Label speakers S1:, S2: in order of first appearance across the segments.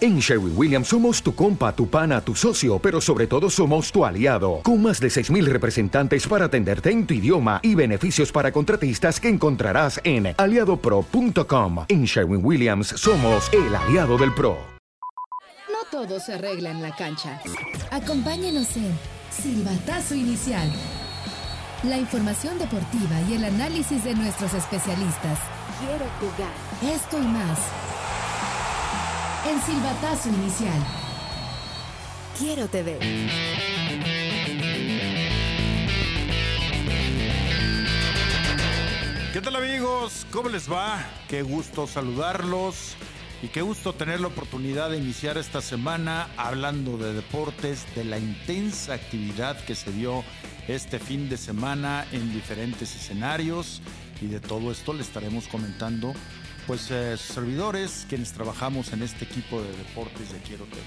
S1: En Sherwin Williams somos tu compa, tu pana, tu socio, pero sobre todo somos tu aliado, con más de 6.000 representantes para atenderte en tu idioma y beneficios para contratistas que encontrarás en aliadopro.com. En Sherwin Williams somos el aliado del PRO.
S2: No todo se arregla en la cancha. Acompáñenos en Silbatazo Inicial. La información deportiva y el análisis de nuestros especialistas.
S3: Quiero jugar.
S2: Esto y más. En Silbatazo Inicial. Quiero TV.
S4: ¿Qué tal amigos? ¿Cómo les va? Qué gusto saludarlos y qué gusto tener la oportunidad de iniciar esta semana hablando de deportes, de la intensa actividad que se dio este fin de semana en diferentes escenarios y de todo esto le estaremos comentando pues eh, sus servidores quienes trabajamos en este equipo de deportes de Quiero TV.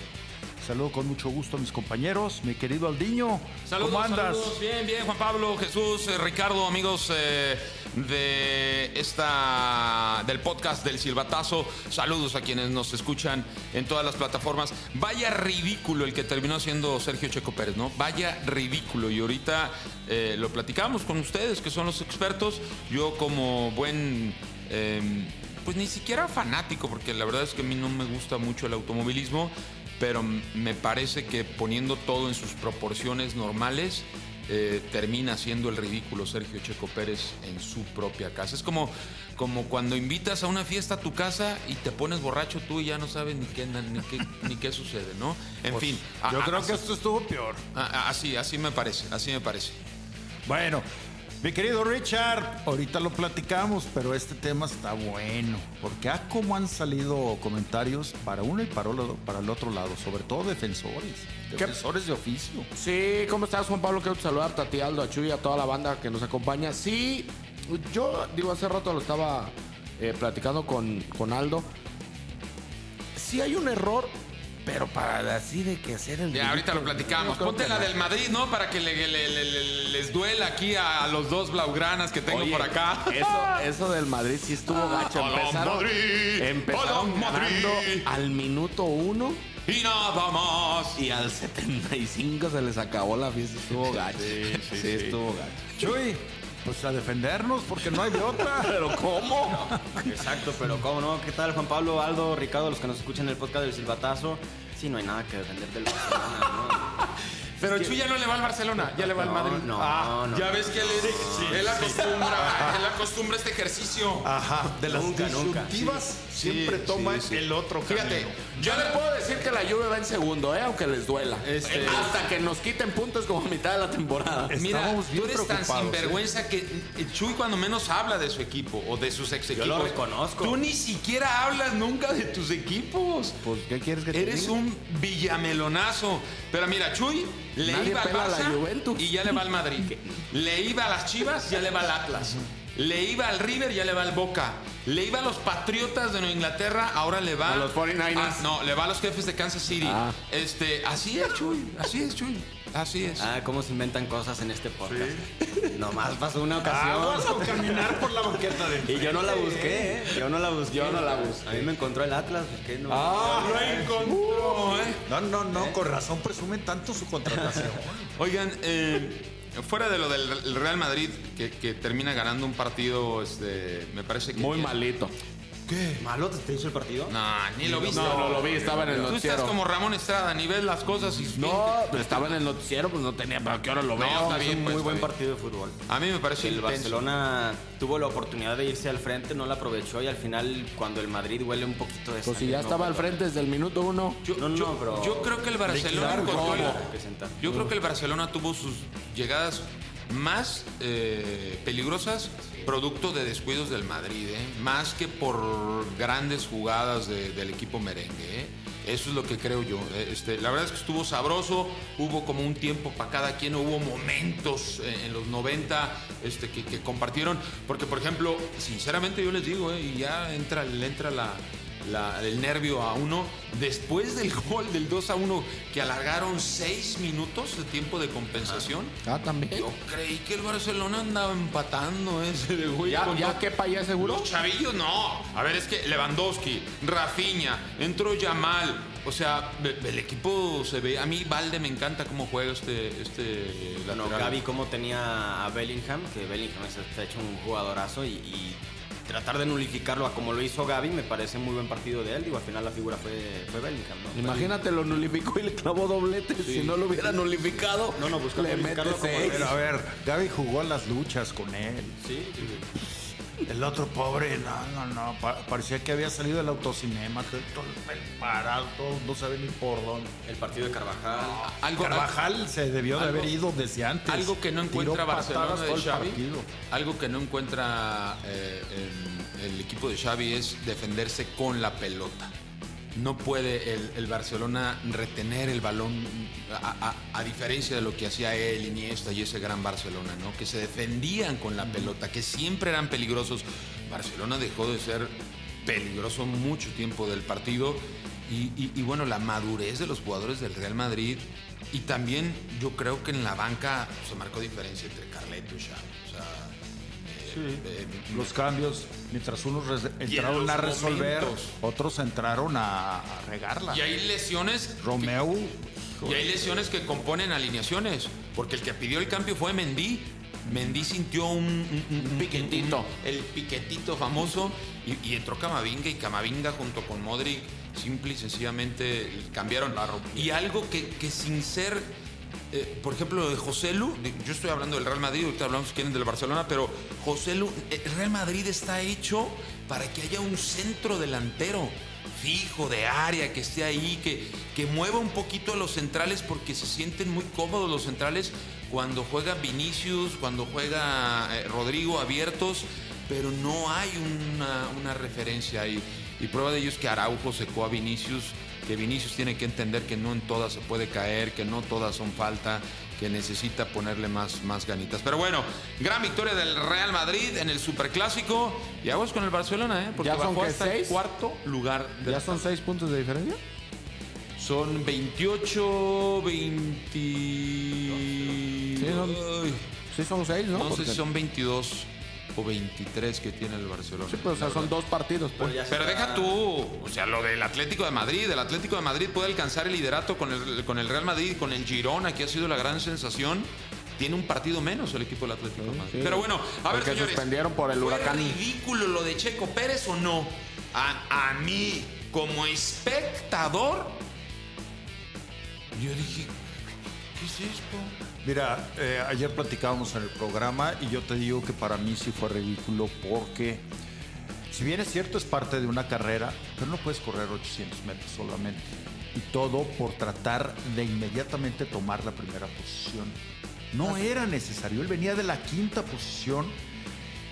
S4: Saludo con mucho gusto a mis compañeros, mi querido Aldiño.
S5: Saludos,
S4: ¿Cómo andas?
S5: saludos. Bien, bien, Juan Pablo, Jesús, eh, Ricardo, amigos eh, de esta del podcast del Silbatazo. Saludos a quienes nos escuchan en todas las plataformas. Vaya ridículo el que terminó haciendo Sergio Checo Pérez, ¿no? Vaya ridículo. Y ahorita eh, lo platicamos con ustedes, que son los expertos. Yo como buen eh, pues ni siquiera fanático, porque la verdad es que a mí no me gusta mucho el automovilismo, pero m- me parece que poniendo todo en sus proporciones normales, eh, termina siendo el ridículo Sergio Checo Pérez en su propia casa. Es como, como cuando invitas a una fiesta a tu casa y te pones borracho tú y ya no sabes ni qué, ni qué, ni qué sucede, ¿no? En
S4: Pues,
S5: fin.
S4: yo
S5: a- a-
S4: creo que
S5: así-
S4: esto estuvo peor.
S5: a- a- así, así me parece, así me parece.
S4: Bueno, mi querido Richard, ahorita lo platicamos, pero este tema está bueno, porque ah, cómo han salido comentarios para uno y para el, para el otro lado, sobre todo defensores, defensores de oficio.
S6: Sí, ¿cómo estás, Juan Pablo? Quiero saludarte a ti, Aldo, a Chuy, a toda la banda que nos acompaña. Sí, yo, digo, hace rato lo estaba eh, platicando con, con Aldo. Sí hay un error, pero para así de que hacer el...
S5: Ya, ahorita lo
S6: ridículo,
S5: platicamos.
S6: yo creo
S5: Ponte
S6: que
S5: la
S6: no.
S5: del Madrid, ¿no? Para que le- le- le- le- les duela aquí a los dos blaugranas que tengo
S6: Oye,
S5: por acá. Ah,
S6: Eso, eso del Madrid sí estuvo gacho.
S5: hola,
S6: Empezaron,
S5: Madrid,
S6: empezaron
S5: hola, Madrid.
S6: ganando al minuto uno
S5: Y nada más.
S6: y al 75 se les acabó la fiesta. Estuvo gacho. Sí, estuvo gacho.
S4: Chuy, pues a defendernos, porque no hay de otra. pero ¿cómo?
S7: Exacto, pero cómo no, ¿qué tal Juan Pablo, Aldo, Ricardo, los que nos escuchan en el podcast del Silbatazo? Sí, no hay nada que defender del Barcelona, ¿no?
S5: Pero Chuy ya no le va al Barcelona, ya le va al
S7: No,
S5: Madrid. Ah,
S7: no, no.
S5: Ya ves que él, es- él acostumbra, él acostumbra este ejercicio.
S4: Ajá, de las
S7: Nunca, nunca.
S4: disyuntivas
S5: Sí,
S4: siempre
S5: sí,
S4: toma
S5: sí.
S4: el otro
S6: Fíjate,
S4: camino.
S6: yo le puedo decir que la lluvia va en segundo, ¿eh? aunque les duela.
S5: Este-
S6: Hasta que nos quiten puntos como a mitad de la temporada.
S5: Mira,
S4: estábamos bien
S5: tú eres tan
S4: preocupados, ¿eh?
S5: sinvergüenza que eh, Chuy cuando menos habla de su equipo o de sus ex equipos.
S7: lo reconozco.
S5: Tú ni siquiera hablas nunca de tus equipos.
S6: Pues, ¿qué quieres que te
S5: Eres
S6: diga?
S5: un villamelonazo. Pero mira, Chuy le
S6: Nadie
S5: iba al
S6: pela a la
S5: Barça
S6: Juventus.
S5: y ya le va al Madrid. Le iba a las Chivas, ya le va al Atlas. Le iba al River, ya le va al Boca. Le iba a los Patriotas de Nueva Inglaterra, ahora le va
S6: A los 49ers.
S5: Ah, no, le va a los jefes de Kansas City.
S6: Ah.
S5: Este, así es, Chuy. Así es, Chuy. Así es.
S7: Ah, cómo se inventan cosas en este podcast. Nomás pasó una
S4: Aguas
S7: ocasión
S4: con caminar por la banqueta de...
S7: y yo no la busqué, ¿eh? Yo no la busqué.
S6: Yo no la busqué.
S7: A mí me encontró el Atlas, ¿por qué no?
S5: encontró, ¿eh?
S4: No, no, no, con razón presumen tanto su contratación.
S5: Oigan, eh, fuera de lo del el Real Madrid, que, que termina ganando un partido, este, me parece que.
S6: Muy malito.
S7: ¿Malo te, te hizo el partido?
S5: No, ni lo viste.
S6: No, no lo vi, estaba en el
S5: Tú
S6: noticiero.
S5: estás como Ramón Estrada, ni ves las cosas y.
S6: No, pues estaba en el noticiero, pues no tenía para qué hora lo
S5: No,
S6: veo.
S5: está
S7: Es
S5: bien,
S7: un
S5: pues,
S7: muy
S5: está
S7: buen
S5: bien.
S7: partido de fútbol.
S5: A mí me parece
S7: El
S5: intenso.
S7: Barcelona tuvo la oportunidad de irse al frente, no la aprovechó y al final cuando el Madrid huele un poquito de
S6: Pues si
S7: sangre,
S6: ya
S7: no,
S6: estaba al
S7: pero-
S6: frente desde el minuto uno.
S5: Yo,
S7: No, no,
S5: yo-
S7: no, pero-
S5: yo creo que el Barcelona
S6: Liquidar
S5: encontró el-
S6: robo.
S7: Presentar.
S5: Yo creo que el Barcelona tuvo sus llegadas más eh, peligrosas producto de descuidos del Madrid, ¿eh? más que por grandes jugadas de- del equipo merengue. ¿eh? Eso es lo que creo yo. eh, Este, la verdad es que estuvo sabroso, hubo como un tiempo para cada quien, hubo momentos eh, en los 90 este, que, que compartieron, porque por ejemplo, sinceramente yo les digo, ¿eh? y ya entra, le entra la, la- el nervio a uno. Después del gol del 2 a 1, que alargaron 6 minutos de tiempo de compensación,
S6: Ah, también.
S5: yo creí que el Barcelona andaba empatando ¿eh? ese de güey.
S6: Ya,
S5: con
S6: ya
S5: dos-
S6: quepa ya seguro.
S5: Los chavillos no. A ver, es que Lewandowski, Rafinha, entró Yamal, o sea, el, el equipo se ve. A mí, Valde, me encanta cómo juega este. este
S7: Bueno,
S5: lateral.
S7: Gaby como tenía a Bellingham, que Bellingham es está hecho un jugadorazo y, y tratar de nulificarlo a como lo hizo Gaby me parece muy buen partido de él. Digo, al final la figura fue, fue Bellingham, ¿no?
S6: Imagínate, lo nulificó y le clavó doblete. Si no lo hubiera nulificado,
S7: No, no, busca
S6: le
S7: nulificarlo
S6: mete
S7: como
S6: seis.
S4: Pero a ver, Gaby jugó a las luchas con él.
S7: Sí, sí, sí.
S4: El otro pobre, no, no, no. pa- parecía que había salido del autocinema, todo, todo el pelo parado, todo, no sabe ni por dónde.
S7: El partido de Carvajal.
S5: Algo,
S4: Carvajal se debió de
S5: algo-
S4: haber ido desde antes.
S5: Algo que no
S4: Tiró
S5: encuentra
S4: patadas
S5: Barcelona
S4: todo
S5: de
S4: el
S5: Xavi.
S4: partido.
S5: Algo que no encuentra eh, en el equipo de Xavi es defenderse con la pelota. No puede el, el Barcelona retener el balón a, a- a diferencia de lo que hacía él, Iniesta y ese gran Barcelona, ¿no? Que se defendían con la pelota, que siempre eran peligrosos. Barcelona dejó de ser peligroso mucho tiempo del partido y, y- y bueno, la madurez de los jugadores del Real Madrid y también yo creo que en la banca se marcó diferencia entre Carleto y Xavi. O sea, eh, eh,
S4: Los cambios, mientras unos res-
S5: en
S4: entraron a
S5: los
S4: resolver,
S5: momentos.
S4: otros entraron a a regarla.
S5: y hay lesiones
S4: Romeo.
S5: Y hay lesiones que componen alineaciones, porque el que pidió el cambio fue Mendy. Mendy sintió un, un- un- un-
S6: Piquetito.
S5: un- el piquetito famoso y, y entró Camavinga y Camavinga junto con Modric simple y sencillamente cambiaron. Y algo que, que sin ser, eh, por ejemplo, lo de José Lu, yo estoy hablando del Real Madrid, ahorita hablamos quién es del Barcelona, pero José Lu, el Real Madrid está hecho para que haya un centro delantero fijo, de área, que esté ahí, que, que mueva un poquito a los centrales porque se sienten muy cómodos los centrales cuando juega Vinicius, cuando juega eh, Rodrigo abiertos, pero no hay una, una referencia ahí. Y prueba de ello es que Araujo secó a Vinicius, que Vinicius tiene que entender que no en todas se puede caer, que no todas son falta, que necesita ponerle más, más ganitas. Pero bueno, gran victoria del Real Madrid en el Superclásico. Y aguas con el Barcelona, ¿eh? Porque
S6: ¿Ya son
S5: bajó
S6: qué,
S5: hasta el
S6: seis?
S5: cuarto lugar del
S6: ¿Ya son seis puntos de diferencia?
S5: son 28, 20.
S6: Sí, son-
S5: Ay,
S6: Sí, son seis, ¿no?
S5: no sé
S6: Porque-
S5: si son 22 o 23 que tiene el Barcelona.
S6: Sí, pues, o sea, son dos partidos. pues.
S7: ya se
S5: Pero
S7: está-
S5: deja tú, o sea, lo del Atlético de Madrid. El Atlético de Madrid puede alcanzar el liderato con el, con el Real Madrid, con el Girona, que ha sido la gran sensación. Tiene un partido menos el equipo del Atlético de Madrid.
S6: sí.
S5: Pero bueno, a ver,
S6: Porque
S5: señores.
S6: suspendieron por el
S5: ¿fue
S6: huracán.
S5: ridículo lo de Checo Pérez o no? A, a mí, como espectador, yo dije, ¿qué es esto?
S4: Mira, eh, ayer platicábamos en el programa y yo te digo que para mí sí fue ridículo porque, si bien es cierto, es parte de una carrera, pero no puedes correr 800 metros solamente. Y todo por tratar de inmediatamente tomar la primera posición. No era necesario, él venía de la quinta posición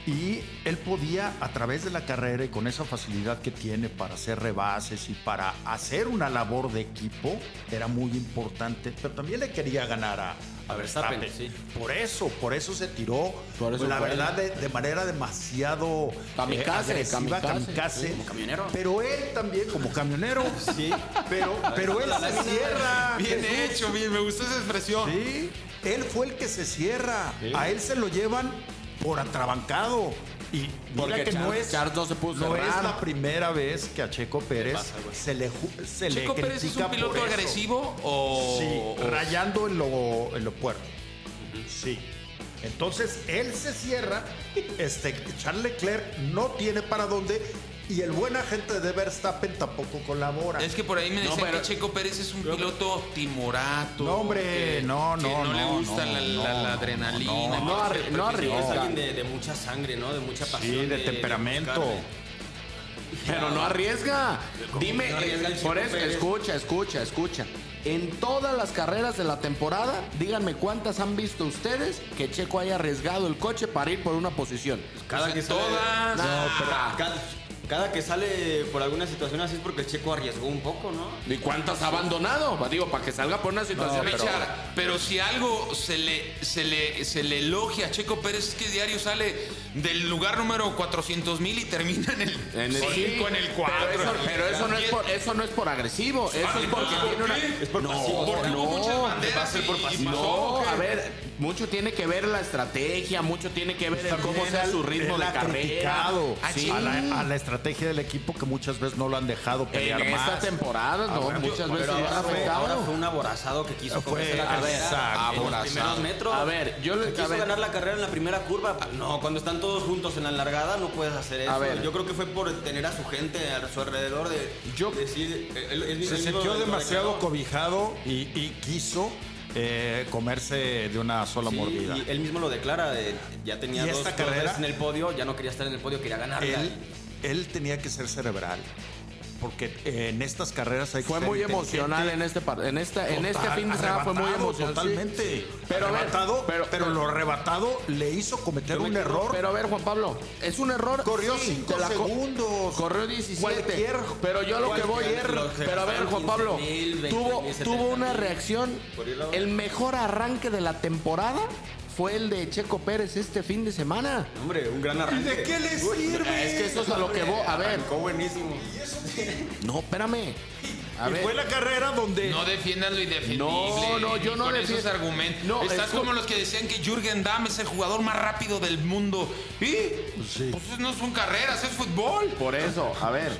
S4: y él podía a través de la carrera y con esa facilidad que tiene para hacer rebases y para hacer una labor de equipo era muy importante, pero también le quería ganar a, a Verstappen.
S7: Verstappen, sí.
S4: Por eso, por eso se tiró,
S6: Por eso
S4: la
S6: fue.
S4: verdad, de, de manera demasiado
S6: Kamikaze,
S4: Eh, agresiva,
S6: kamikaze,
S4: kamikaze.
S6: sí,
S7: como camionero.
S4: Pero él también como camionero,
S7: Sí.
S4: pero, pero él se cierra.
S7: Ah,
S5: Bien
S4: Jesús.
S5: hecho, bien, me gustó esa expresión.
S4: Sí, él fue el que se cierra. A él se lo llevan por atrabancado. Y mira
S6: Porque
S4: que no
S6: Charles-
S4: es,
S6: Charles no se pudo
S4: no
S6: cerrar.
S4: es la primera vez que a Checo Pérez se le, ju- se le
S5: ¿Checo Pérez es
S4: critica
S5: un
S4: por
S5: piloto
S4: eso.
S5: agresivo o.?
S4: Sí,
S5: o-
S4: rayando en lo, en lo puerco. Sí. Entonces él se cierra, este, Charles Leclerc no tiene para dónde y el buen agente de Verstappen tampoco colabora.
S5: Es que por ahí me
S6: No,
S5: dicen
S6: pero-
S5: que Checo Pérez es un piloto timorato.
S4: No, hombre,
S5: que-
S4: no,
S5: que
S4: no,
S5: no. le
S4: no,
S5: gusta
S4: no,
S5: la,
S4: no,
S5: la- la
S4: no,
S5: adrenalina.
S4: no,
S5: que no se
S6: no, arri- no
S5: perfecciona.
S6: arriesga.
S7: Es alguien de, de mucha sangre, ¿no? De mucha pasión.
S4: sí, de
S7: de
S4: temperamento.
S7: buscarle.
S6: Pero no arriesga. Dime,
S7: no arriesga
S6: eh,
S7: el
S6: por
S7: Checo
S6: eso,
S7: Pérez?
S6: escucha, escucha, escucha. En todas las carreras de la temporada, díganme cuántas han visto ustedes que Checo haya arriesgado el coche para ir por una posición.
S7: Cada
S5: O sea,
S7: que sale-
S5: todas.
S6: No,
S7: Ah.
S6: pero-
S7: Cada, cada que sale por alguna situación así es porque el checo arriesgó un poco, ¿no?
S6: ¿Y cuántas ha abandonado? Digo, para que salga por una situación.
S5: Richard,
S6: pero-
S5: pero, si algo se le, se le, se le elogia a Checo Pérez es que diario sale del lugar número 400 mil y termina en el
S7: En el
S5: cinco,
S7: cinco.
S5: en el 4.
S7: Pero eso, pero eso no, es por, eso no es por agresivo. Eso es porque tiene una.
S5: Es por
S7: no,
S5: pasivo, porque hubo muchas banderas
S7: va a ser
S5: y-
S7: por
S5: y
S7: pasivo.
S5: pasó, ¿o
S7: No,
S5: qué?
S7: a ver, mucho tiene que ver la estrategia, mucho tiene que ver el cómo
S4: También
S7: sea
S4: él-
S7: su ritmo
S4: él
S7: de
S4: ha
S7: carrera.
S4: criticado
S6: Ah,
S7: Ah, Sí.
S4: a, la, a la estrategia del equipo que muchas veces no lo han dejado
S7: En
S4: pelear
S7: esta
S4: más.
S7: temporada, no, muchas veces
S6: Pero
S7: lo han
S6: ahora fue, ahora
S7: afectado.
S6: fue un aborazado que quiso
S4: Fue
S6: comerse la carrera en los
S7: aborazado.
S6: primeros metros.
S7: A ver, yo le-
S6: Que
S7: a
S6: quiso
S7: ver.
S6: ganar la carrera en la primera curva. No, cuando están todos juntos en la largada no puedes hacer eso.
S7: A ver.
S6: Yo creo que fue por tener a su gente a su alrededor de
S7: Yo-
S6: decir. eh, él- él-
S4: Se
S6: él
S4: sintió
S6: lo- lo
S4: demasiado
S6: declaró.
S4: cobijado y, y quiso eh, comerse de una sola
S6: Sí,
S4: mordida.
S6: y él mismo lo declara, de- ya tenía
S4: ¿Y
S6: dos
S4: esta
S6: dos
S4: carrera?
S6: veces en el podio, ya no quería estar en el podio, quería ganarla.
S4: él, él tenía que ser cerebral. Porque eh, en estas carreras hay que
S7: Fue
S4: ser
S7: muy
S4: inteligente.
S7: emocional en este par- en esta, en este
S4: Total,
S7: fin de semana fue muy
S4: arrebatado
S7: emocional. sí.
S4: Totalmente.
S7: Pero a ver,
S4: Arrebatado, pero,
S7: pero-
S4: lo arrebatado le hizo cometer un error.
S7: Pero a ver, Juan Pablo, es un error.
S4: Corrió
S7: Sí,
S4: cinco
S7: te la co-
S4: segundos.
S7: Corrió 17.
S4: Cualquier-
S7: pero yo lo que voy
S6: cualquier- los que
S7: Pero a ver,
S6: gastaron
S7: Juan Pablo,
S6: 15,000, 20,000,
S7: tuvo,
S6: 70,000.
S7: tuvo una reacción.
S6: Por ir a-
S7: El mejor arranque de la temporada fue el de Checo Pérez este fin de semana.
S6: Hombre, un gran arranque.
S4: ¿De qué le sirve?
S7: Es que eso es a lo que voy. A ver,
S6: Arrancó buenísimo.
S7: no, espérame. A
S4: y
S7: ver.
S4: fue la carrera donde.
S5: No defiendan lo indefendible.
S7: No, no, yo no
S5: Con esos
S7: defiendo-
S5: argumentos.
S7: No,
S5: Estás
S7: es que-
S5: como los que decían que Jürgen Damm es el jugador más rápido del mundo. ¿Y? Pues no son carreras, es fútbol.
S7: Por eso, a ver,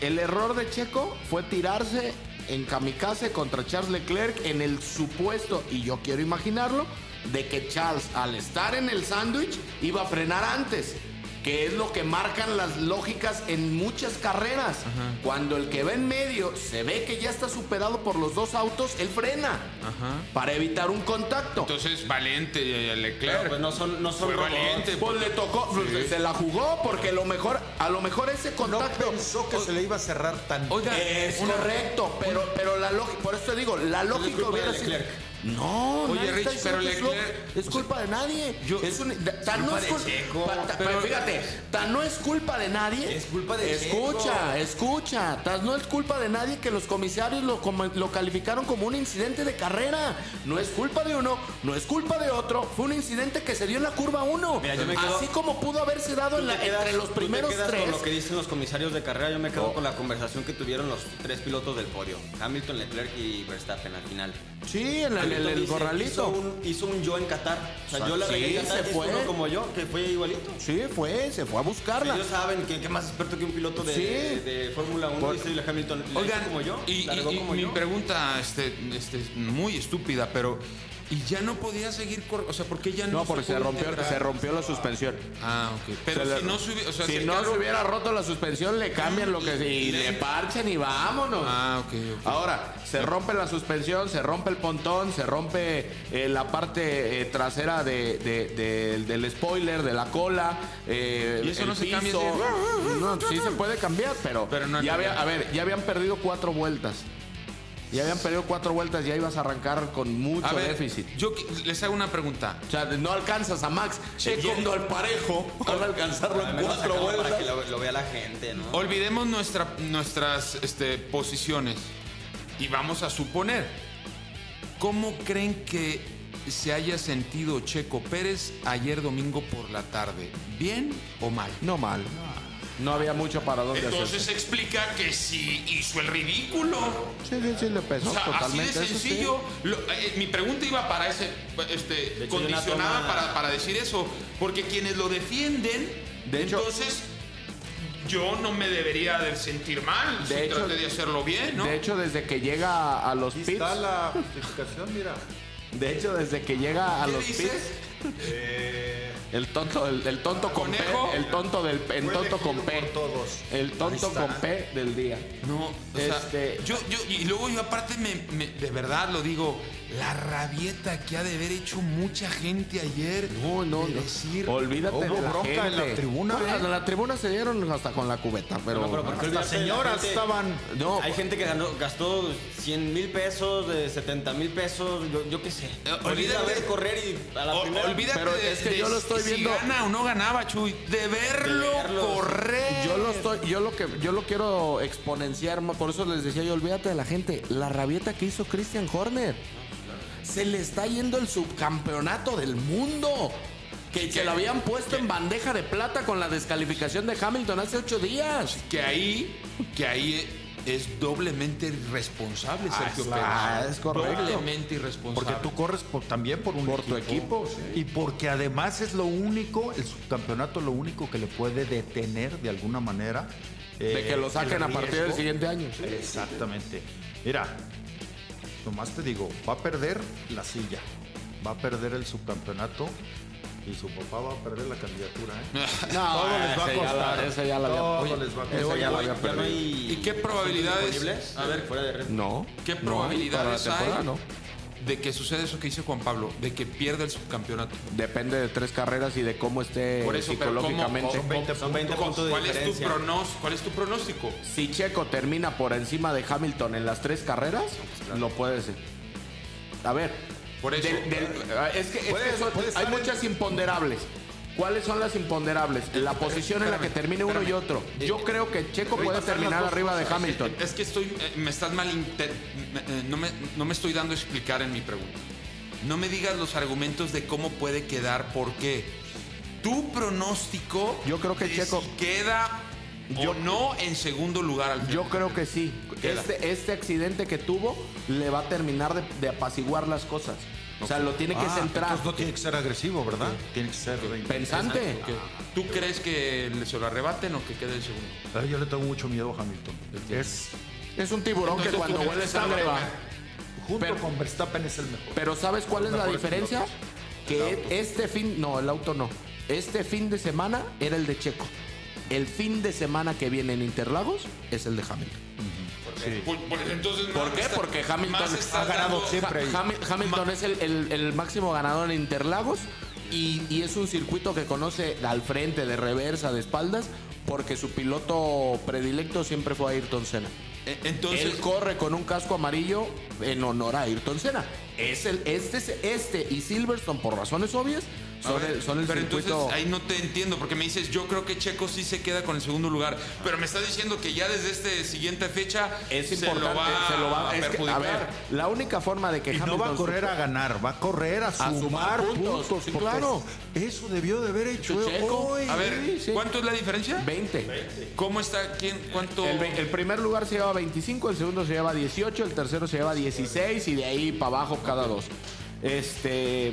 S7: el error de Checo fue tirarse en kamikaze contra Charles Leclerc en el supuesto, y yo quiero imaginarlo, de que Charles al estar en el sándwich iba a frenar antes, que es lo que marcan las lógicas en muchas carreras. Cuando el que va en medio se ve que ya está superado por los dos autos, él frena para evitar un contacto.
S5: Entonces, valiente eh, Leclerc.
S6: Pero pues no son, no son
S5: Fue
S6: robots.
S5: valiente.
S7: Pues le tocó, pues, se la jugó porque lo mejor, a lo mejor ese
S4: No
S7: contacto
S4: pensó que se le iba a cerrar tan.
S5: Oiga,
S6: Eh,
S7: Es
S5: una-
S7: correcto, pero, pero la lógica, por eso te digo, la lógica
S6: culpa
S7: hubiera
S6: de
S7: sido.
S6: Leclerc.
S7: No,
S5: Oye,
S7: nadie
S5: Rich,
S7: está diciendo
S5: pero
S7: que es lo-
S5: Leclerc-
S7: Es culpa de nadie.
S5: yo-
S7: es un- da- tan no
S6: culpa
S7: es
S6: de
S7: cul-
S6: Checo,
S7: pa- ta-
S5: pero-
S7: pero fíjate, tan no es culpa de nadie.
S6: Es culpa de
S7: Escucha, escucha. Tan no es culpa de nadie que los comisarios lo, como- lo calificaron como un incidente de carrera. No es culpa de uno, no es culpa de otro. Fue un incidente que se dio en la curva 1.
S6: Mira, yo me quedo-
S7: Así como pudo haberse dado
S6: Tú
S7: en la-
S6: te quedas-
S7: entre los
S6: tú te
S7: primeros
S6: quedas
S7: tres.
S6: Con lo que dicen los comisarios de carrera, yo me quedo con la conversación que tuvieron los tres pilotos del podio: Hamilton, Leclerc y Verstappen al final.
S7: Sí, en el, el- el
S6: Hamilton dice,
S7: corralito.
S6: Hizo un, hizo un yo en Qatar. O sea, yo la
S7: Sí,
S6: regué en
S7: se
S6: Qatar, hizo
S7: fue.
S6: uno como yo, que fue igualito.
S7: Sí, fue, se fue a buscarla.
S6: Ellos saben que, que más experto que un piloto de,
S7: Sí.
S6: de Fórmula 1 dice "Le Hamilton. la
S5: Oigan,
S6: hizo como yo,
S5: y,
S6: la regó
S5: y- y
S6: como
S5: mi
S6: yo.
S5: pregunta este, este, es muy estúpida, pero ¿y ya no podía seguir cor- O sea, ¿por qué ya no?
S7: No, porque se
S5: pudo
S7: rompió,
S5: integrar?
S7: se rompió la suspensión.
S5: Ah, ok. Pero
S7: Se le-
S5: si no se hubiera... O sea,
S7: si
S5: el
S7: no
S5: carro-
S7: se hubiera roto la suspensión, le cambian lo que y
S5: le-
S7: le parchan y vámonos.
S5: Ah, ok, ok.
S7: Ahora, se rompe la suspensión, se rompe el pontón, se rompe eh, la parte eh, trasera de- de- de- del spoiler, de la cola. eh,
S5: Y eso
S7: el
S5: no se cambia
S7: piso.
S5: así.
S7: No, sí se puede cambiar, pero,
S5: Pero no
S7: ya
S5: cambiar.
S7: había- a ver, ya habían perdido cuatro vueltas. Ya habían perdido cuatro vueltas, ya ibas a arrancar con mucho
S5: A ver,
S7: déficit.
S5: yo qui- les hago una pregunta.
S7: O sea, no alcanzas a Max. Yendo al parejo, van a alcanzarlo
S4: Ah,
S6: Al
S7: en
S6: menos
S7: cuatro
S6: sacaron Para
S7: vueltas.
S6: que lo, lo vea la gente, ¿no?
S5: Olvidemos nuestra, nuestras este, posiciones y vamos a suponer. ¿Cómo creen que se haya sentido Checo Pérez ayer domingo por la tarde? ¿Bien o mal?
S7: No mal. No había mucho para dónde
S5: Entonces explica que si hizo el ridículo.
S7: hacerse. Sí, sí, sí, le pesó
S5: o sea, así de
S7: totalmente. eso sí.
S5: sencillo. Lo- eh, mi pregunta iba para ese, este,
S6: hecho,
S5: condicionada
S6: yo la toma-
S5: para, para decir eso, porque quienes lo defienden,
S7: De hecho-
S5: entonces yo no me debería de sentir mal.
S7: De
S5: si
S7: hecho-
S5: traté de hacerlo bien, ¿no?
S7: De hecho, desde que llega a- a los
S4: Aquí
S7: pits.
S4: está la justificación, mira.
S7: De hecho, desde que llega a
S5: ¿Qué
S7: los
S5: dices?
S7: pits. El tonto, el, el tonto con P.
S5: ¿Conejo?
S7: El tonto del el
S4: Eh, Fue
S7: tonto con
S4: elegido
S7: P.
S4: por todos.
S7: El tonto
S4: Ahí está.
S7: con P del día.
S5: No, o sea,
S7: Este-
S5: yo, yo, y luego yo aparte me, me- de verdad lo digo, la rabieta que ha de haber hecho mucha gente ayer.
S7: No, no,
S5: de
S7: no.
S5: decir,
S7: Olvídate
S4: Hubo
S7: de la
S4: bronca en la
S7: gente.
S4: tribuna,
S7: Bueno,
S4: ¿eh?
S7: en la tribuna se dieron hasta con la cubeta, pero.
S6: No, pero porque
S4: Las
S6: olvídate de la
S4: señoras
S6: gente.
S4: estaban.
S7: No,
S6: Hay gente que ganó- gastó 100 mil pesos, de 70 mil pesos, yo, yo qué sé.
S5: olvídate.
S6: Olvídate de correr y a la
S5: O-
S6: primera.
S5: olvídate
S7: Pero
S5: de,
S7: es que
S5: de
S7: yo lo estoy
S5: si
S7: viendo-
S5: gana o no ganaba, Chuy. De verlo,
S6: De verlo.
S5: correr.
S7: Yo lo estoy, yo lo que, yo lo quiero exponenciar, ma- por eso les decía yo, olvídate de la gente, la rabieta que hizo Christian Horner. Se le está yendo el subcampeonato del mundo.
S6: Que, que lo habían puesto en bandeja de plata con la descalificación de Hamilton hace ocho días.
S5: Que ahí, que ahí es doblemente irresponsable Sergio Pérez.
S4: ah, es correcto.
S5: Doblemente irresponsable.
S4: Porque tú corres por- también por un
S6: Por tu equipo,
S4: Y porque además es lo único, el subcampeonato lo único que le puede detener de alguna manera.
S6: De
S4: eh,
S6: que lo
S4: el
S6: saquen a partir del
S4: riesgo.
S6: siguiente año.
S4: Exactamente. Mira, nomás te digo, va a perder la silla, va a perder el subcampeonato y su papá va a perder la candidatura. ¿eh?
S6: No,
S4: Todo les va a
S6: esa ya la-
S4: costar.
S6: esa ya la había-
S4: Todo
S6: oye,
S4: les va a
S6: esa
S4: costar.
S6: ya la
S7: Hoy
S6: había
S7: ya no
S6: perdido.
S7: hay-
S5: ¿Y qué probabilidades-
S7: disponibles?
S5: a ver,
S7: fuera de red.
S6: No.
S5: ¿Qué
S6: No,
S5: probabilidades
S6: para la temporada
S5: hay
S6: no.
S5: de que suceda eso que dice Juan Pablo? De que pierda el subcampeonato.
S6: Depende de tres carreras y de cómo
S7: eh,
S6: esté
S5: Por eso, pero ¿cómo-
S6: psicológicamente.
S5: cómo-
S7: 20
S5: cómo-
S7: puntos
S5: cómo-
S7: de
S5: ¿cuál, es tu
S7: diferencia.
S5: pronos- ¿Cuál es tu pronóstico?
S6: Si Checo termina por encima de Hamilton en las tres carreras, lo puede ser. A ver.
S5: Por eso. eh,
S6: del- del- ah, es que, es
S4: Puede-
S6: que eso-
S4: puede
S6: hay
S4: estar en-
S6: muchas imponderables. ¿Cuáles son las imponderables? La posición en la que termine uno y otro.
S4: Eh,
S6: Yo creo que Checo puede terminar arriba de Hamilton.
S5: Es que estoy, eh, me estás mal, inte- me- eh, no, me, no me estoy dando a explicar en mi pregunta. No me digas los argumentos de cómo puede quedar, por qué. Tu pronóstico.
S6: Yo creo que
S5: de
S6: Checo-
S5: si queda
S6: Yo-
S5: o no en segundo lugar
S4: eh,
S5: al
S6: Yo
S5: final.
S6: creo que sí.
S5: Queda.
S6: Este, este accidente que tuvo le va a terminar de, de apaciguar las cosas. O sea, lo tiene que
S4: Ah,
S6: centrar.
S4: entonces no tiene que ser agresivo, ¿verdad? Tiene que ser.
S6: Pensante.
S5: Ok. Ah, ¿Tú crees que le- se lo arrebaten o que quede el segundo?
S4: Ay, yo le tengo mucho miedo a Hamilton. Es
S6: Es un tiburón
S5: Entonces,
S6: que cuando
S5: tú-
S6: huele sangre va.
S4: junto
S6: Pero-
S4: con Verstappen es el mejor.
S6: Pero ¿sabes cuál es la
S4: Mejor
S6: diferencia? Que este fin, no, el auto no. Este fin de semana era el de Checo. El fin de semana que viene en Interlagos es el de Hamilton.
S5: Pues- pues entonces
S6: ¿Por
S5: más
S6: qué?
S5: está-
S6: Porque Hamilton
S5: más está
S6: ha ganado
S5: dando-
S4: siempre.
S6: Ha- Hami- Hamilton es el, el- el máximo ganador en Interlagos y, y es un circuito que conoce al frente, de reversa, de espaldas, porque su piloto predilecto siempre fue Ayrton Senna.
S5: Eh, Entonces,
S6: Él corre con un casco amarillo en honor a Ayrton Senna. Es el, este, es- este y Silverstone, por razones obvias,
S5: A
S6: son
S5: ver,
S6: el, son el
S5: pero
S6: circuito.
S5: entonces ahí no te entiendo porque me dices yo creo que Checo sí se queda con el segundo lugar pero me estás diciendo que ya desde este siguiente fecha
S6: es
S5: se
S6: importante,
S5: lo va,
S6: se lo va-
S5: a
S6: es que, a
S5: perjudicar
S6: ver, la única forma de que
S4: Y no va a correr a ganar, va a correr a
S6: sumar
S4: sumar,
S6: puntos,
S4: puntos.
S6: sí,
S4: porque
S6: claro.
S4: Eso debió de haber hecho
S6: Checo.
S4: hoy.
S5: A ver,
S6: Sí, sí.
S5: ¿cuánto es la diferencia?
S6: 20.
S5: ¿Cómo está? ¿Quién? ¿Cuánto?
S6: El, ve- el primer lugar se lleva 25, el segundo se lleva 18, el tercero se lleva 16 y de ahí para abajo cada dos. Este,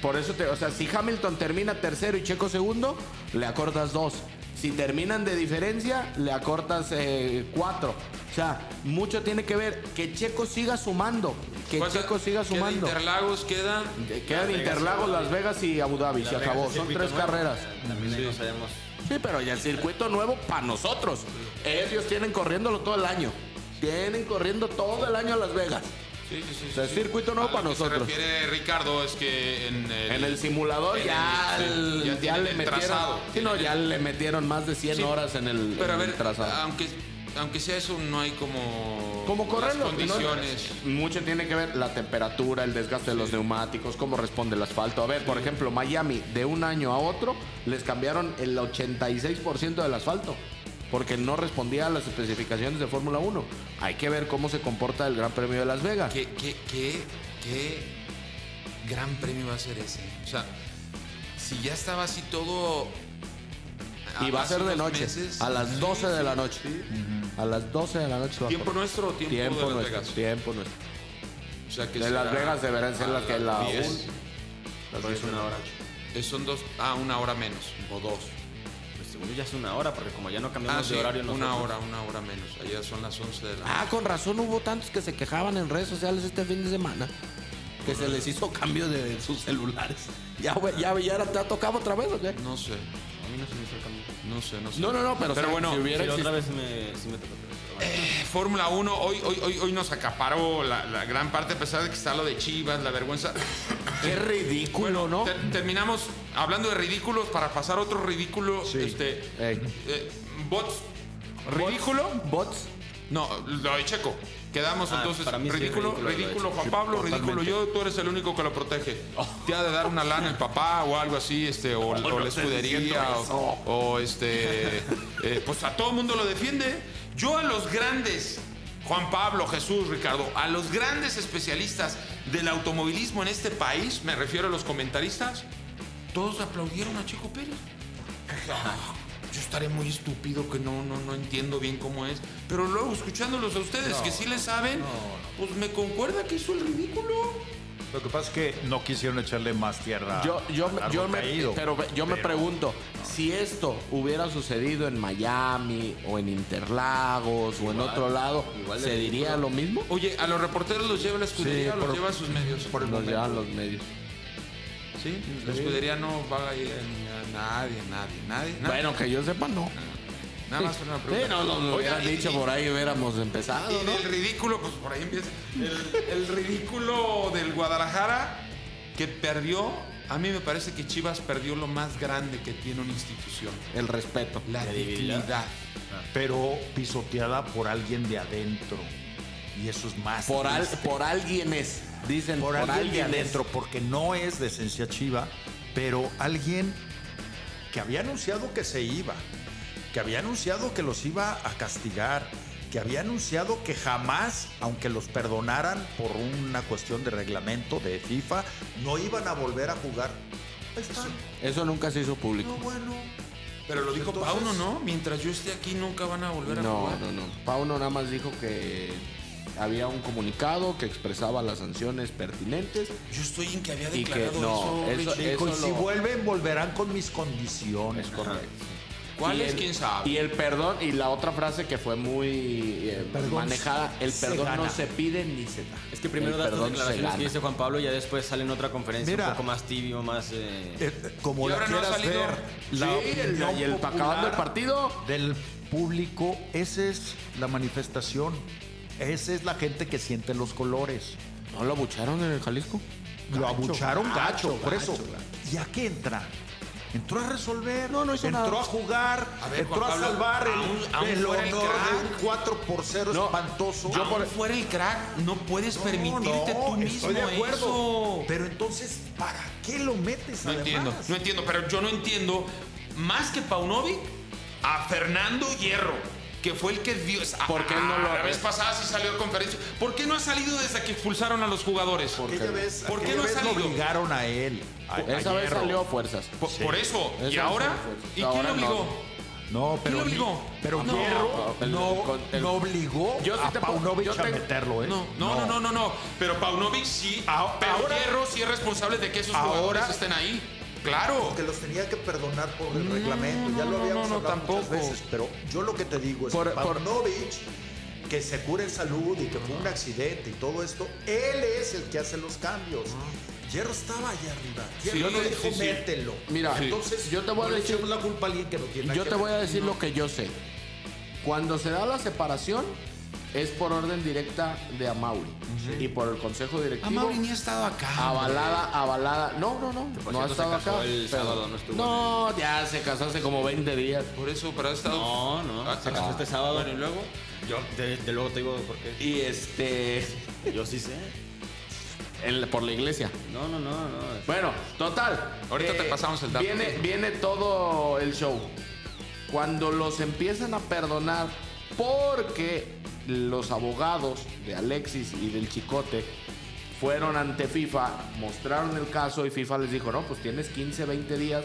S6: por eso, te, o sea, si Hamilton termina tercero y Checo segundo, le acortas dos. Si terminan de diferencia, le acortas eh, cuatro. O sea, mucho tiene que ver que Checo siga sumando, que
S5: ¿Cuánto-
S6: Checo siga
S5: queda
S6: sumando.
S5: Interlagos queda
S6: Eh, Quedan Interlagos, Las Vegas y Abu Dhabi, se acabó. Son tres carreras.
S7: También ahí no sabemos.
S6: Sí, pero ya el circuito nuevo para nosotros. Ellos tienen corriéndolo todo el año. Tienen corriendo todo el año a Las Vegas.
S5: Sí, sí, sí,
S6: O sea,
S5: sí.
S6: es circuito nuevo
S5: A lo
S6: para
S5: que se
S6: nosotros.
S5: refiere Ricardo es que en el,
S6: En el simulador
S5: en
S6: ya,
S5: el- este,
S6: el-
S5: ya
S6: ya
S5: tienen
S6: le
S5: el
S6: metieron.
S5: trazado,
S6: sí, no, ya le metieron más de 100
S5: Sí.
S6: horas en el,
S5: pero a
S6: en el
S5: ver
S6: trazado.
S5: aunque aunque sea eso no hay como
S6: Como correrlo.
S5: las
S6: ¿no?
S5: condiciones
S6: Mucho tiene que ver la temperatura, el desgaste de los neumáticos, cómo responde el asfalto. A ver, por ejemplo, Miami, de un año a otro, les cambiaron el 86% del asfalto. Porque no respondía a las especificaciones de Fórmula 1. Hay que ver cómo se comporta el Gran Premio de Las Vegas.
S5: ¿Qué, qué, qué, qué gran premio va a ser ese? O sea, si ya estaba así todo.
S6: Y va a
S5: hace
S6: ser de
S5: unos
S6: noche.
S5: meses.
S6: a las 12 de la noche. A las 12 de la noche. va a
S5: ¿Tiempo
S6: correr.
S5: nuestro o tiempo,
S6: Tiempo
S5: de Las
S6: nuestro.
S5: Vegas?
S6: Tiempo nuestro.
S5: O sea, que
S6: De
S5: será
S6: Las Vegas deberán ser
S5: a
S6: la que la un-
S5: 10.
S7: Pero es una hora.
S5: Eh, Son dos. Ah, una hora menos. O dos.
S7: Pues según yo ya es una hora, porque como ya no pues, cambiamos
S5: Ah,
S7: de
S5: sí,
S7: horario
S5: una
S7: nosotros.
S5: hora, una hora menos. Allá son las 11 de la
S6: Ah, con razón hubo tantos que se quejaban en redes sociales este fin de semana. Que se les hizo cambio de sus celulares. Ya, güey, ya, ya, era- ya tocaba otra vez, ¿o qué?
S5: No sé.
S7: A mí no se me hizo el cambio.
S5: No sé, no sé.
S6: No, no, no, pero, o sea,
S5: bueno,
S6: si hubiera
S7: Sí, la otra
S6: existido-
S7: vez me, sí me tocó. pero bueno.
S5: Fórmula 1 hoy, hoy, hoy, hoy nos acaparó la, la gran parte, a pesar de que está lo de Chivas, la vergüenza.
S6: Qué ridículo, ¿no?
S5: Ter- terminamos hablando de ridículos para pasar a otro ridículo.
S4: Sí.
S5: Este,
S6: Ey.
S5: eh, bots. ¿Ridículo?
S6: Bots.
S5: No, lo de Checo. Quedamos
S7: Ah,
S5: entonces
S7: para mí sí es
S5: ridículo,
S7: ridículo lo
S5: ridículo,
S7: de Checo.
S5: Juan Pablo, ridículo yo, tú eres el único que lo protege. Te ha de dar una lana el papá o algo así, este, o, o la escudería, o, o, este, eh, pues a todo mundo lo defiende. Yo a los grandes, Juan Pablo, Jesús, Ricardo, a los grandes especialistas del automovilismo en este país, me refiero a los comentaristas, todos aplaudieron a Checo Pérez. Yo estaré muy estúpido que no, no, no entiendo bien cómo es. Pero luego, escuchándolos a ustedes, que sí le saben, pues me concuerda que hizo el ridículo.
S4: Lo que pasa es que no quisieron echarle más tierra.
S6: Yo, yo,
S4: al árbol
S6: yo me,
S4: Ah, caído.
S6: pero ve- yo me
S4: Pero-
S6: pregunto, si esto hubiera sucedido en Miami o en Interlagos o en otro lado,
S7: igual de
S6: ¿se diría lo mismo?
S5: Oye, a los reporteros los lleva la escudería
S6: Sí,
S5: o los
S6: por-
S5: lleva a sus medios.
S6: Por Nos llevan los medios.
S5: Sí, la escudería no va a ir a nadie, nadie, nadie. nadie.
S6: Bueno, que yo sepa, no.
S5: Nada más una
S6: Sí,
S5: pregunta.
S6: no, no, lo
S5: Oigan,
S6: hubieran
S5: y-
S6: dicho por ahí, hubiéramos empezado,
S5: Y
S6: ¿no?
S5: del ridículo, pues por ahí empieza. El, el ridículo del Guadalajara que perdió, a mí me parece que Chivas perdió lo más grande que tiene una institución,
S6: El respeto.
S5: la
S7: credibilidad.
S5: dignidad.
S4: Pero pisoteada por alguien de adentro. Y eso es más.
S6: Por, al,
S4: triste.
S6: por alguien es. Dicen,
S4: por, alguien de
S6: es.
S4: adentro, porque no es de esencia chiva, pero alguien que había anunciado que se iba, que había anunciado que los iba a castigar, que había anunciado que jamás, aunque los perdonaran por una cuestión de reglamento de FIFA, no iban a volver a jugar. Ahí están.
S6: Eso nunca se hizo público.
S4: No, bueno.
S5: Pero lo dijo
S4: Entonces-
S5: Pauno, ¿no? Mientras yo esté aquí nunca van a volver a
S6: No,
S5: jugar.
S6: no, no. Pauno nada más dijo que había un comunicado que expresaba las sanciones pertinentes
S5: Yo estoy en que había
S6: y que
S5: declarado
S6: no,
S5: eso.
S6: eso,
S5: Richie.
S6: eso
S4: Dijo, y si
S6: lo-
S4: vuelven, volverán con mis condiciones.
S6: correcto.
S5: ¿Cuál
S6: Y
S5: es?
S6: el-
S5: ¿Quién sabe?
S6: Y el perdón, y la otra frase que fue muy eh,
S4: perdón
S6: manejada, el
S4: se
S6: perdón no
S4: gana.
S6: se pide ni se da.
S7: Es que primero
S6: El
S7: da estas
S6: perdón se
S7: declaraciones
S6: gana.
S7: que dice Juan Pablo y ya después sale en otra conferencia
S4: Mira.
S7: un poco más tibio, más... eh,
S4: Eh, como
S5: Y
S4: la
S5: ahora no ha
S4: quieras
S5: salido.
S4: ver, la
S6: Sí, el-
S4: opinión
S6: y el
S4: popular
S6: acabando el partido.
S4: del público, esa es la manifestación, esa es la gente que siente los colores.
S6: ¿No lo abucharon en el Jalisco?
S4: Lo abucharon gacho,
S6: gacho,
S4: por
S6: gacho,
S4: eso.
S6: gacho.
S4: ¿Y a qué entra? Entró a resolver,
S6: No, no hizo
S4: entró
S6: nada.
S4: a jugar,
S5: A ver,
S4: entró a
S5: Juan Pablo,
S4: salvar el,
S5: aún- aún
S4: el honor
S5: fuera el
S4: de un
S5: crack.
S4: 4 por 0
S6: No,
S4: espantoso.
S5: Aún fuera el crack, no puedes permitirte
S4: No,
S5: tú mismo
S4: estoy de acuerdo.
S5: eso.
S4: Pero entonces, ¿para qué lo metes
S5: No
S4: además?
S5: entiendo, no entiendo, pero yo no entiendo más que Paunovic a Fernando Hierro, que fue el que dio. Ah,
S6: ¿Por qué no lo-
S5: La vez pasada sí salió en conferencia. ¿Por qué no ha salido desde que expulsaron a los jugadores? Por,
S4: Aquella vez-
S5: ¿Por qué
S4: aquella
S5: no ha
S4: vez lo
S5: salido?
S4: obligaron a él. a- a
S6: Esa vez
S4: Hierro.
S6: salió a fuerzas.
S5: por eso.
S6: Eso
S5: ¿Y
S6: no
S5: ahora?
S6: fue.
S5: ¿Y quién
S6: Ahora
S5: lo
S6: no.
S5: obligó?
S4: No, pero,
S5: lo obligó?
S4: pero
S5: No.
S4: Hierro
S6: El-
S4: no,
S6: con- el-
S4: no obligó
S6: Yo sí
S4: a
S6: te puedo-
S4: Paunovic
S6: yo
S4: a
S6: tengo-
S4: meterlo, ¿eh?
S5: No, no, no, no, no, no. Pero Paunovic sí,
S4: Ah,
S5: pero
S4: ahora-
S5: Hierro sí es responsable de que esos
S4: Ahora-
S5: jugadores estén ahí. Claro.
S4: Que los tenía que perdonar por el reglamento, ya lo
S5: no,
S4: habíamos
S5: no, no,
S4: hablado muchas
S5: tampoco.
S4: veces, pero yo lo que te digo es
S6: Por-
S4: que
S6: por-
S4: Paunovic, que se cura en salud y que fue un accidente y todo esto, él es el que hace los cambios.
S6: Ah.
S4: Hierro estaba allá arriba.
S5: Sí,
S4: Hierro no dijo
S5: sí, sí.
S4: mételo.
S6: Mira,
S4: entonces
S6: yo te voy a
S4: no le
S6: decir-
S4: echemos la culpa a alguien que no tiene nada
S6: Yo
S4: que
S6: te
S4: ver.
S6: voy a decir lo que yo sé. Cuando se da la separación es por orden directa de Amauri y por el consejo directivo.
S5: Ah, ha estado acá.
S6: Avalada, avalada. No, no, no.
S7: por
S6: no ha
S7: cierto, se
S6: estado
S7: casó
S6: acá.
S7: el sábado, no estuvo
S6: No, ya se casó hace como 20 días.
S5: Por eso, pero ha estado.
S7: No, no,
S5: Ah,
S7: se casó este sábado. y luego, yo de, de luego te digo por qué.
S6: Y este.
S7: Yo sí sé.
S6: el- por la iglesia.
S7: No, no, no, no.
S6: Bueno, total. eh,
S5: Ahorita te pasamos el dato.
S6: Viene, viene todo el show. Cuando los empiezan a perdonar porque los abogados de Alexis y del Chicote fueron ante FIFA, mostraron el caso y FIFA les dijo, no, pues tienes 15, 20 días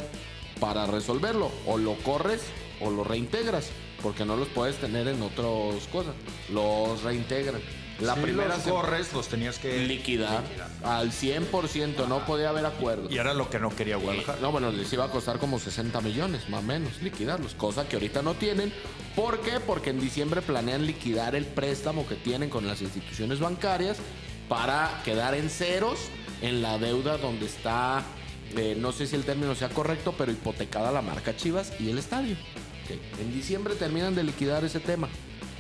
S6: para resolverlo. O lo corres o lo reintegras, porque no los puedes tener en otras cosas. Los reintegran. La
S4: Sí,
S6: primera
S4: los
S6: se-
S4: corres los tenías que
S6: liquidar al 100%, no podía haber acuerdo.
S4: Y era lo que no quería Guadalajara.
S6: No, bueno, les iba a costar como 60 millones, más o menos, liquidarlos, cosa que ahorita no tienen. ¿Por qué? Porque en diciembre planean liquidar el préstamo que tienen con las instituciones bancarias para quedar en ceros en la deuda donde está, eh, no sé si el término sea correcto, pero hipotecada la marca Chivas y el estadio. Ok, En diciembre terminan de liquidar ese tema.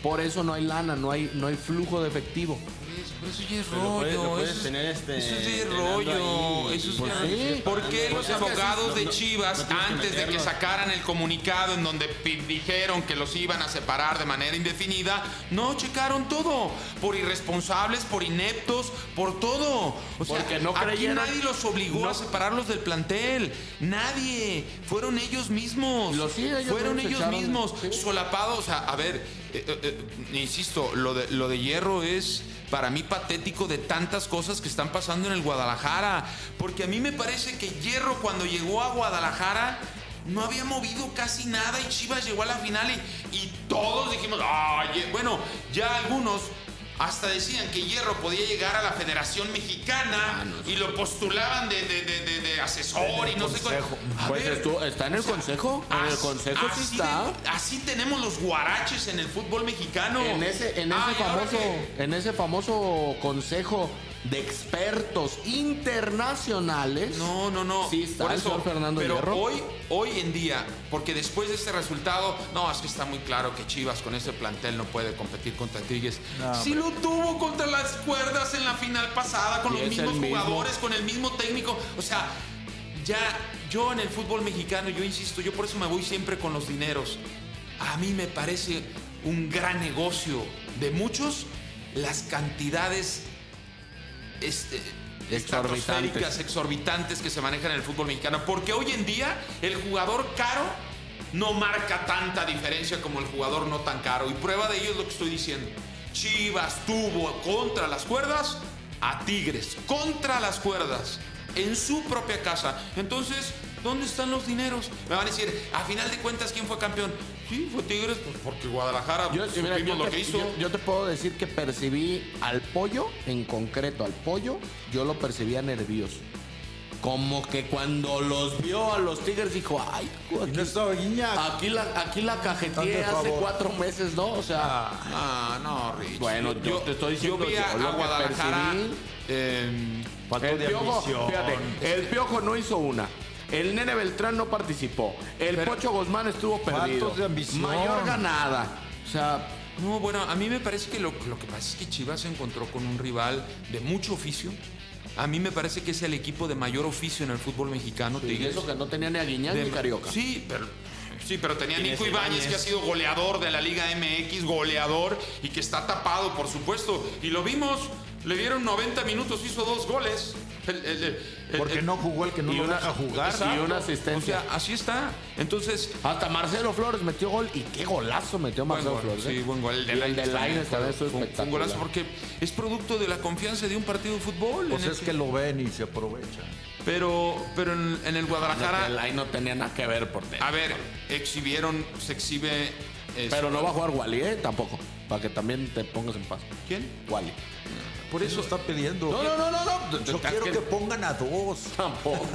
S6: Por eso no hay lana, no hay, no hay flujo de efectivo.
S5: Es- Pero eso ya es
S7: Pero Pues lo puedes- lo
S5: rollo.
S7: puedes
S5: eso es-
S7: tener, este,
S5: Eso es de
S7: entrenando
S5: rollo.
S7: ahí.
S5: Eso es
S6: Pues
S5: de-
S6: sí.
S5: ¿Por qué los
S7: es que así-
S5: abogados
S7: no,
S5: de
S7: no,
S5: Chivas,
S7: no tienes que
S5: antes de que
S7: meterlos.
S5: sacaran el comunicado en donde pi- dijeron que los iban a separar de manera indefinida, no checaron todo? Por irresponsables, por ineptos, por todo. O sea,
S6: Porque no
S5: aquí
S6: creyeron-
S5: nadie los obligó
S6: no-
S5: a separarlos del plantel. Nadie. Fueron ellos mismos.
S6: Lo- sí, ellos
S5: Fueron
S6: mismos
S5: ellos
S6: echaron-
S5: mismos.
S6: sí.
S5: Solapados. O sea, a ver, eh, eh, eh, insisto, lo de, lo de hierro es para mí patético de tantas cosas que están pasando en el Guadalajara. Porque a mí me parece que Hierro cuando llegó a Guadalajara no había movido casi nada y Chivas llegó a la final y, y todos dijimos, "Ay, eh", bueno, ya algunos hasta decían que Hierro podía llegar a la Federación
S6: Ah,
S5: Mexicana y lo postulaban de, de- de- de- de asesor y no sé cuál. A
S6: Pues
S5: ver,
S6: estuvo- está en el
S5: o sea,
S6: consejo. En el
S5: as-
S6: consejo sí
S5: así
S6: está.
S5: de- así tenemos los guaraches en el fútbol mexicano.
S6: En ese, en ese
S5: Ay, Ah, ahora
S6: famoso,
S5: que-
S6: en ese famoso consejo de expertos internacionales.
S5: No, no, no.
S6: Sí está
S5: Por
S6: el
S5: eso,
S6: señor Fernando
S5: pero
S6: Hierro.
S5: hoy, hoy en día, porque después de este resultado, no, es que está muy claro que Chivas con ese plantel no puede competir contra Tigres. sí lo tuvo contra las cuerdas en la final pasada, con
S6: Y
S5: los
S6: es el
S5: mismos
S6: mismo.
S5: jugadores, con el mismo técnico. O sea, ya yo en el fútbol mexicano, yo insisto, yo por eso me voy siempre con los dineros. A mí me parece un gran negocio de muchos las cantidades este,
S6: Exorbitantes.
S5: estratosféricas, exorbitantes que se manejan en el fútbol mexicano. Porque hoy en día el jugador caro no marca tanta diferencia como el jugador no tan caro. Y prueba de ello es lo que estoy diciendo. Chivas tuvo contra las cuerdas a Tigres. Contra las cuerdas. En su propia casa. Entonces, ¿dónde están los dineros? Me van a decir, a final de cuentas, ¿quién fue campeón? Sí, fue Tigres, pues porque Guadalajara
S6: Yo, mira,
S5: supimos
S6: yo
S5: lo
S6: te,
S5: que hizo.
S6: yo- yo te puedo decir que percibí al pollo, en concreto al pollo, yo lo percibía nervioso. Como que cuando los vio a los Tigres dijo, ay, hijo,
S4: Y no
S6: aquí,
S4: estaba Guiñac.
S6: aquí la, aquí la
S4: Hazme
S6: cajeteé
S4: el
S6: hace
S4: favor.
S6: cuatro meses, ¿no? O sea,
S5: Ah, no, Rich.
S6: Bueno, yo te estoy diciendo
S5: Yo vi a,
S6: yo lo
S5: a
S6: que
S5: Guadalajara.
S6: percibí.
S5: eh,
S4: Faltó
S6: el
S4: de
S6: piojo,
S4: ambición.
S6: fíjate, el piojo no hizo una. El Nene Beltrán no participó. El Pocho Guzmán estuvo
S4: Faltos
S6: perdido.
S4: de ambición.
S6: Mayor ganada. O sea,
S5: no, bueno, a mí me parece que lo, lo que pasa es que Chivas se encontró con un rival de mucho oficio. A mí me parece que es el equipo de mayor oficio en el fútbol mexicano,
S6: y
S5: Tigres.
S6: eso que no tenía ni a Guiñán ni
S5: De-
S6: a Carioca.
S5: Sí, pero. Sí, pero tenía
S7: Inés
S5: Nico Ibáñez,
S7: Ibáñez.
S5: que ha sido goleador de la Liga MX, goleador y que está tapado, por supuesto. Y lo vimos, le dieron 90 minutos, hizo dos goles. El- el- el- el-
S4: Porque
S5: el-
S4: no jugó el que no
S6: Ah, y
S4: lo
S6: una-
S4: deja jugar.
S6: Exacto. Y una asistencia.
S5: O sea, así está. Entonces,
S6: Hasta Marcelo Flores metió gol y qué golazo metió
S5: Buen
S6: Marcelo
S5: gol,
S6: Flores.
S5: Sí,
S6: ¿eh?
S5: buen gol. El
S6: Y
S5: del
S6: el del Aines también
S5: fue
S6: estuvo
S5: un- fue un
S6: espectacular.
S5: golazo porque es producto de la confianza de un partido de fútbol.
S4: Pues
S5: en
S4: es
S5: el
S4: que lo ven y se aprovechan.
S5: Pero, pero en, en el
S6: El
S5: Guadalajara,
S6: Aines no tenía nada que ver por
S4: Ah,
S6: dentro.
S5: a ver, exhibieron, se exhibe. eh,
S6: Pero no va a jugar Wally, ¿eh? Tampoco. Para que también te pongas en paz.
S5: ¿Quién?
S6: Wally.
S4: Por eso está pidiendo.
S6: No, no, no, no, no.
S4: Yo
S6: Es
S4: quiero que pongan a dos.
S6: tampoco.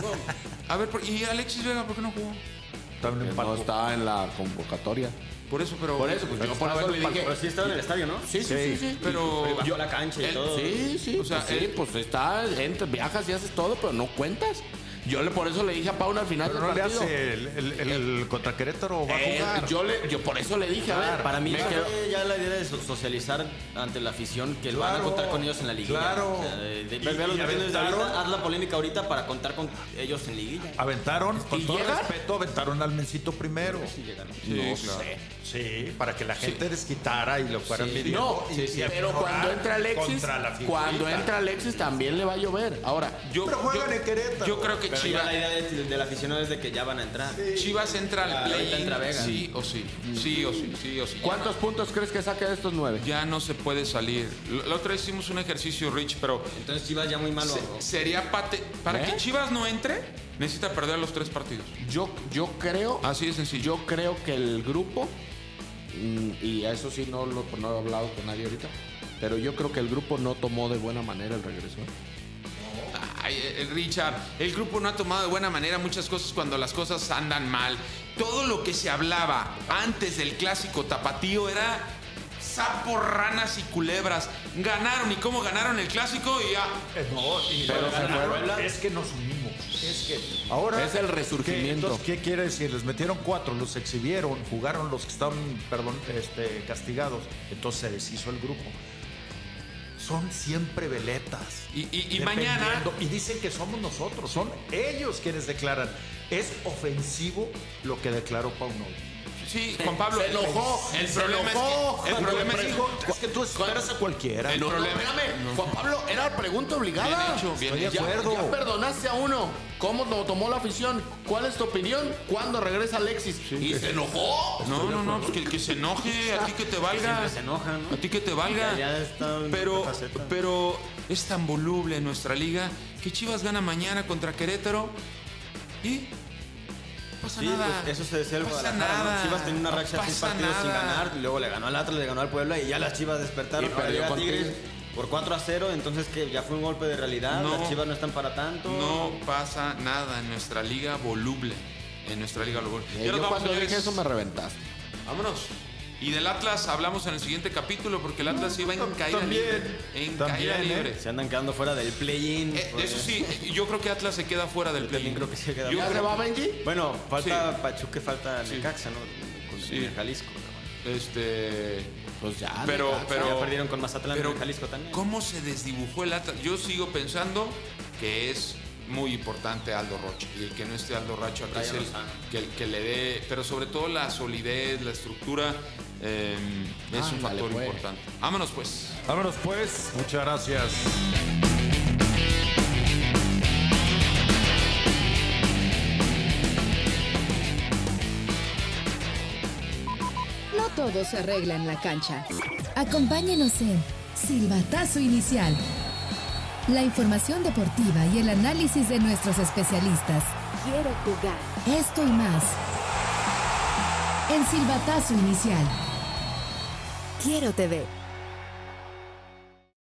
S5: A ver, por- ¿y Alexis Vega por qué no jugó?
S6: Que
S4: También
S6: no
S4: empató.
S6: está en la convocatoria.
S5: Por eso, pero.
S6: Por eso, pues yo por eso le dije.
S7: Pero sí estaba en el estadio, ¿no?
S6: Sí, sí, sí, sí.
S5: Pero.
S7: Bajó la cancha y
S5: él-
S7: todo.
S6: Sí, sí,
S5: O sea,
S6: pues sí,
S5: él-
S6: pues está, entras, viajas y haces todo, pero no cuentas. Yo le por eso le dije a Paula al final
S4: Pero
S6: del
S4: no le
S6: partido.
S4: hace el, el- el- el contra Querétaro va a
S6: Eh,
S4: jugar.
S6: yo, le, yo por eso le dije, a ver,
S7: Para mí
S6: me quedo-
S7: fue ya la idea de so- socializar ante la afición que van
S4: Claro,
S7: a contar con ellos en la liguilla.
S4: claro.
S7: O sea, de- de- y-
S4: Pero ya
S7: y
S4: los
S7: ya ves, desde
S4: aventaron.
S7: ahorita, haz la polémica ahorita para contar con ellos en liguilla.
S4: Aventaron, con
S6: ¿Y
S4: todo
S6: llega?
S4: respeto, aventaron al Mencito primero.
S7: Sí llegaron.
S6: no
S5: claro.
S6: sé.
S4: Sí, para que la gente desquitara y lo fueran midiendo.
S6: No,
S4: y- y
S6: pero
S4: mejorar
S6: cuando entra Alexis,
S4: contra la figurita.
S6: cuando entra Alexis también le va a llover. Ahora,
S5: Yo,
S4: Pero juegan
S5: yo-
S4: en Querétaro.
S5: yo creo que
S7: Pero ya
S5: Chivas.
S7: la idea de, de la aficionada es de que ya van a entrar.
S5: Chivas entra
S7: Ah,
S5: al
S7: ahorita
S5: play.
S7: entra Vega.
S5: Sí o sí. Sí o sí. Sí o sí.
S6: ¿cuántos puntos crees que saque de estos nueve?
S5: Ya no se puede salir. La la otra vez hicimos un ejercicio, Rich, pero
S7: Entonces Chivas ya muy malo.
S5: se- sería pate. Para
S6: ¿Eh?
S5: que Chivas no entre, necesita perder los tres partidos.
S6: Yo, yo creo,
S5: Así de sencillo.
S6: yo creo que el grupo, mm, y a eso sí no lo no he hablado con nadie ahorita, pero yo creo que el grupo no tomó de buena manera el regreso. ¿eh?
S5: Ay, eh, Richard, el grupo no ha tomado de buena manera muchas cosas cuando las cosas andan mal. Todo lo que se hablaba antes del clásico tapatío era sapos, ranas y culebras. Ganaron y cómo ganaron el clásico y ya.
S4: Eh, No, y para
S6: Pero se
S4: ganar,
S6: fueron.
S4: Es que nos unimos. Es que ahora
S6: Es el
S4: ¿qué-
S6: resurgimiento.
S4: entonces, ¿Qué, quiere decir? Les metieron cuatro, los exhibieron, jugaron los que están, perdón, este, castigados. Entonces se deshizo el grupo. Son siempre veletas.
S5: Y- y- y mañana-
S4: Dependiendo- Y dicen que somos nosotros, son ellos quienes declaran. Es ofensivo lo que declaró Paunovic.
S5: Sí, Juan Pablo.
S6: Se enojó.
S5: El
S6: se
S5: problema
S6: enojó
S5: es que. El
S6: cuando
S5: problema es
S6: le
S5: que.
S6: pregun-
S4: Es que tú esperas a cualquiera.
S5: El
S6: No, no,
S5: problema-
S6: espérame. Juan Pablo, era la pregunta obligada.
S5: Bien hecho, bien
S6: Ya-
S5: hecho.
S4: acuerdo.
S6: ya perdonaste a uno. ¿Cómo lo tomó la afición? ¿Cuál es tu opinión? ¿Cuándo regresa Alexis? Y se enojó.
S5: No, no, no, pues que, que se enoje, a ti que te valga.
S7: Siempre se enoja, ¿no?
S5: A ti que te valga.
S7: Ya- ya está en
S5: pero,
S7: otra faceta.
S5: pero es tan voluble nuestra liga que Chivas gana mañana contra Querétaro y pasa
S7: Sí,
S5: nada.
S7: pues, eso se decía el
S5: Pasa
S7: Guadalajara, ¿no?
S5: nada.
S7: Chivas tenía una
S5: No
S7: racha de
S5: pasa
S7: partidos sin
S5: nada.
S7: ganar, y luego le ganó al Atlas, le ganó al Puebla y ya las Chivas despertaron.
S6: Y
S7: Ahora
S6: perdió
S7: llega
S6: con
S7: Tigres
S6: Tigres.
S7: por 4 a 0, entonces que ya fue un golpe de realidad,
S5: No.
S7: las Chivas no están para tanto.
S5: No pasa nada en nuestra liga voluble. En nuestra liga voluble. Ya nos
S6: Eh, yo
S5: vamos,
S6: cuando
S5: señores.
S6: dije eso me reventaste.
S5: Vámonos. Y del Atlas hablamos en el siguiente capítulo porque el
S6: Ah,
S5: Atlas iba en caída
S4: también,
S5: libre. En
S4: también,
S5: caída
S4: ¿eh?
S5: libre.
S7: Se andan quedando fuera del play-in.
S5: Eh,
S7: porque-
S5: eso sí, eh, yo creo que Atlas se queda fuera del
S7: Yo
S5: play-in.
S7: también creo que se queda
S5: Yo
S6: ¿Ya se
S5: creo-
S6: va Benji?
S7: Bueno, falta
S5: Sí.
S7: Pachuca, falta
S5: Sí.
S7: Necaxa, ¿no? Con
S5: Sí.
S7: en Jalisco. pero bueno.
S5: Este.
S6: Pues ya.
S5: Pero,
S6: deja.
S5: pero.
S7: Ah, Ya perdieron con Mazatlán en Jalisco también.
S5: ¿Cómo se desdibujó el Atlas? Yo sigo pensando que es muy importante Aldo Rocha. Y el que no esté Aldo Rocha, que es
S7: Brian
S5: el
S7: Lozano.
S5: que, el que le dé. Pero sobre todo la solidez, la estructura. eh, es
S7: Ah,
S5: un
S6: Ándale,
S5: factor
S6: pues.
S5: importante. Vámonos, pues.
S4: Vámonos pues. Muchas gracias.
S2: No todo se arregla en la cancha. Acompáñenos en Silbatazo Inicial. La información deportiva y el análisis de nuestros especialistas.
S3: Quiero jugar.
S2: Esto y más. En Silbatazo Inicial.
S3: Quiero TV.